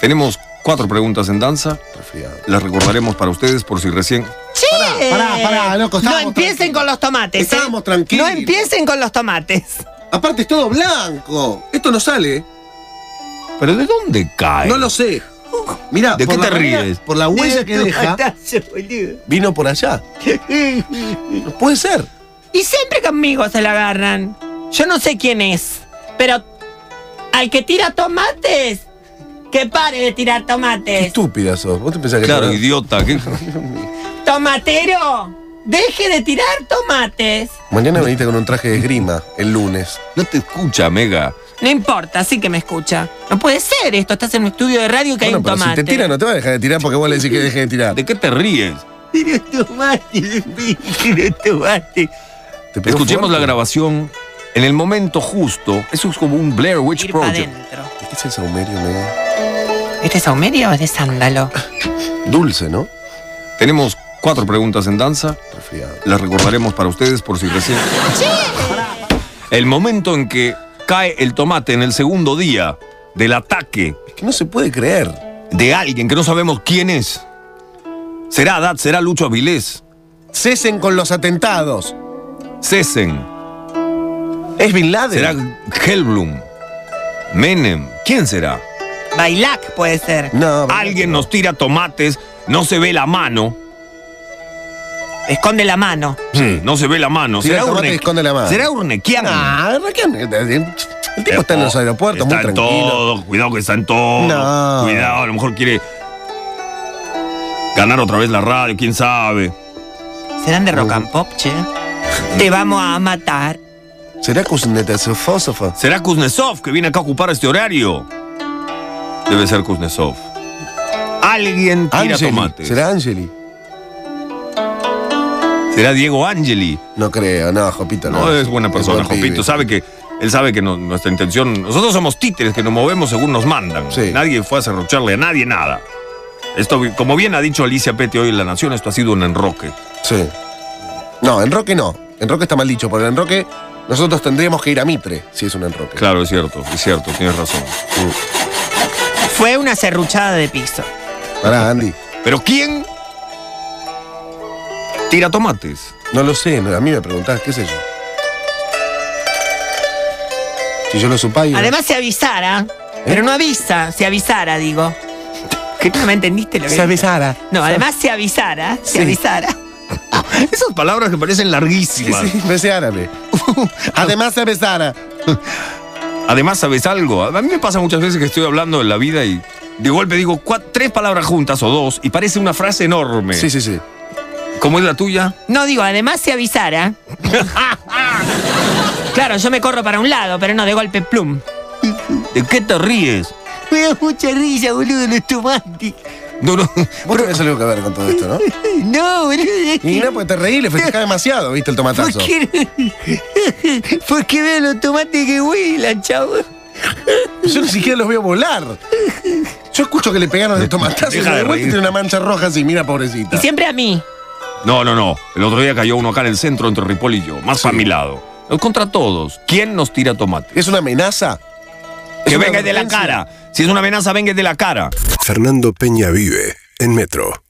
Tenemos cuatro preguntas en danza. Las recordaremos para ustedes por si recién. ¡Sí! pará, pará, loco, Eh, no estábamos empiecen tranquilos. con los tomates. ¿eh? Estábamos tranquilos. No empiecen con los tomates. Aparte es todo blanco. Esto no sale. ¿eh? ¿Pero de dónde cae? No lo sé. Mira, ¿De qué te ríes? Por la huella que Tu deja, patazo, boludo. vino por allá. Puede ser. Y siempre conmigo se la agarran. Yo no sé quién es, pero al que tira tomates, que pare de tirar tomates. Estúpida sos. Vos te pensás que Claro, no- idiota. ¿qué? Tomatero, deje de tirar tomates. Mañana veniste con un traje de esgrima el lunes. No te escucha, Mega. No importa, sí que me escucha. No puede ser esto, estás en un estudio de radio que hay Bueno, un pero tomate. si te tira, no te va a dejar de tirar porque vos le decís que deje de tirar. ¿De qué te ríes? Tira tomate, tira tomate. Te pegó Escuchemos la fuerte. grabación en el momento justo. Eso es como un Blair Witch Ir para Project. adentro. ¿De ¿Qué es el saumerio, Mega? ¿Este es Aumerio o es de sándalo? Dulce, ¿no? Tenemos cuatro preguntas en danza. Resfriado. Las recordaremos para ustedes por si recién. El momento en que cae el tomate en el segundo día del ataque Es que no se puede creer. de alguien que no sabemos quién es. ¿Será Haddad? ¿Será Lucho Avilés? Cesen con los atentados. Cesen. Es Bin Laden. ¿Será Helblum? ¿Menem? ¿Quién será? Bailac puede ser. No, Alguien nos tira tomates, no se ve la mano. Esconde la mano. Sí, No se ve la mano. Tira ¿Será, el tomate y Urne- esconde la mano. ¿Será Urnequian? Ah, ¿quién? El tipo está en los aeropuertos, muy Está en tranquilo. todo, cuidado que está en todo. No. Cuidado, a lo mejor quiere ganar otra vez la radio, quién sabe. ¿Serán de rock and pop, che? Te vamos a matar. ¿Será Kuznetsov? ¿Será Kuznetsov que viene acá a ocupar este horario? Debe ser Kuznetsov. Alguien tira Angeli. tomates. ¿Será Angeli? ¿Será Diego Angeli? No creo, no, Jopito no. No es buena persona, buen Jopito. pibe. Sabe que. Él sabe que no- nuestra intención. Nosotros somos títeres que nos movemos según nos mandan. Sí. Nadie fue a cerrucharle a nadie nada. Esto, como bien ha dicho Alicia Pete hoy en La Nación, esto ha sido un enroque. Sí. No, enroque no. Enroque está mal dicho, porque enroque nosotros tendríamos que ir a Mitre si es un enroque. Claro, es cierto, es cierto, tienes razón. Fue una serruchada de piso. Pará, Andy. Pero ¿quién tira tomates? No lo sé, no, a mí me preguntás, qué sé yo. Si yo lo supayo. Además, se avisara. Pero no avisa, se avisara, digo. ¿Qué no me entendiste lo que se avisara. No, además se avisara, se Sí. avisara. Esas palabras que parecen larguísimas. Sí, me sé árabe. Además se avisara. Además, ¿sabes algo? A mí me pasa muchas veces que estoy hablando de la vida y de golpe digo cua- tres palabras juntas o dos y parece una frase enorme. Sí, sí, sí. ¿Cómo es la tuya? No, digo, además se avisara. claro, yo me corro para un lado, pero no de golpe plum. ¿De qué te ríes? Me da mucha risa, boludo, los tomates. No, no. Vos tenés algo que ver con todo esto, ¿no? No, boludo. Y no, porque te reí, le festejás demasiado, viste, el tomatazo. qué? ¿Por qué veo los tomates que huelan, chavo? Yo ni siquiera los veo volar. Yo escucho que le pegaron el tomatazo y Deja de de vuelta reír. tiene una mancha roja así, mira, pobrecita. Y siempre a mí. No, no, no. El otro día cayó uno acá en el centro entre Ripoll y yo, más a mi lado. Contra todos. ¿Quién nos tira tomates? ¿Es una amenaza? Que una venga de la advertencia. cara. Si es una amenaza, venga de la cara. Fernando Peña vive en Metro.